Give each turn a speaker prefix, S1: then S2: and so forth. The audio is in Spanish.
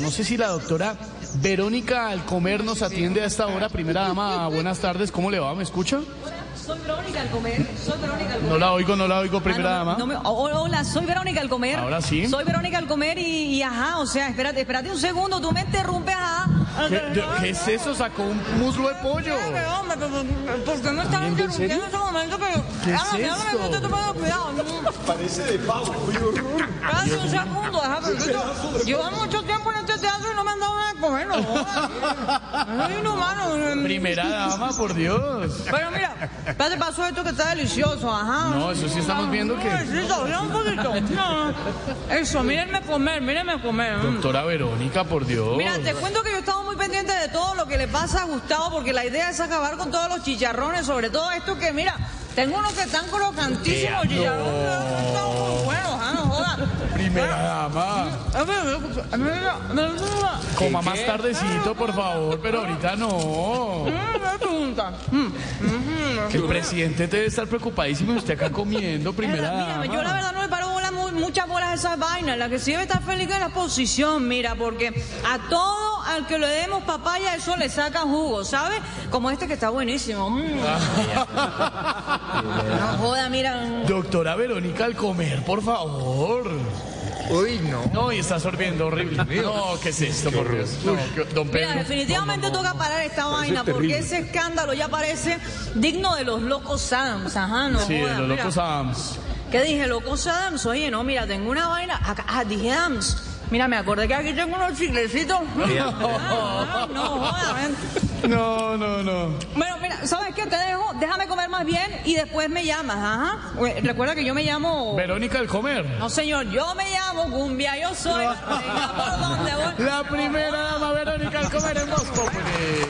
S1: No sé si la doctora Verónica Alcomer nos atiende a esta hora. Primera dama, buenas tardes. ¿Cómo le va? ¿Me escucha?
S2: Soy Verónica Alcomer. Soy Verónica Alcomer.
S1: No la oigo, no la oigo, primera
S2: Ah, no,
S1: dama.
S2: no me- oh, hola, soy Verónica Alcomer.
S1: Ahora sí.
S2: Soy Verónica Alcomer y, y ajá, o sea, espérate, espérate un segundo, tú me interrumpes, ajá.
S1: ¿Qué, de- qué es eso? Sacó un muslo de pollo.
S2: ¿Por qué me estás interrumpiendo en este momento? Pero,
S1: ¿Qué es
S2: háblame, háblame,
S1: esto?
S2: no te tomes cuidado.
S3: Parece de pavo, qué horror.
S2: Hace un segundo, ajá, pero que yo- llevo mucho tiempo en este teatro y no me han dado nada de comer, no. jodas. Soy inhumano.
S1: Primera dama, por Dios.
S2: Pero mira, espérate, pasó esto que está delicioso, ajá.
S1: No, eso sí estamos viendo que...
S2: Pobrecito, mira un poquito. No, no. Eso, mírenme comer, mírenme comer. mm.
S1: Doctora Verónica, por Dios.
S2: Mira, te cuento que yo he estado muy pendiente de todo lo que le pasa a Gustavo, porque la idea es acabar con todos los chicharrones, sobre todo esto que, mira, tengo unos que están
S1: Vea,
S2: crocantísimos, chicharrones,
S1: no.
S2: que están muy buenos, ah, no jodas.
S1: Primera dama.
S2: A ver, a ver, a ver, a ver, a ver, a ver.
S1: Coma más tardecito, por favor, pero ahorita no.
S2: Mm, me pregunta.
S1: Que el presidente te debe estar preocupadísimo y usted acá comiendo, primera
S2: Mira, yo la
S1: dama.
S2: verdad no le paro bola, mu- muchas bolas a esas vainas. La que sí debe estar feliz es la posición, mira, porque a todo al que le demos papaya, eso le saca jugo, ¿sabes? Como este que está buenísimo. mm. No joda, mira. mm.
S1: Doctora Verónica, al comer, por favor.
S3: Uy, no.
S1: No, y está sorbiendo horrible. No, ¿qué es esto, por Dios? No, que- don
S2: Mira,
S1: Pedro.
S2: definitivamente toca parar esta vaina, porque
S3: terrible.
S2: ese escándalo ya parece digno de los locos Sams. Ajá, no
S1: Sí,
S2: joda,
S1: de los
S2: mira.
S1: locos Adams.
S2: ¿Qué dije? Locos Adams. Oye, no, mira, tengo una vaina. Acá- Ah, dije Adams. Mira, me acordé que aquí tengo unos chiclecitos. Ah, no, joda, ven.
S1: No, no, no.
S2: Bueno, mira, ¿sabes qué? Te dejo, déjame comer más bien y después me llamas, ajá. Ué, Recuerda que yo me llamo...
S1: Verónica al comer.
S2: No, señor, yo me llamo Cumbia, yo soy... Venga, ¿por dónde voy?
S1: La primera dama Verónica al comer en Pues, eh, Voz Populi.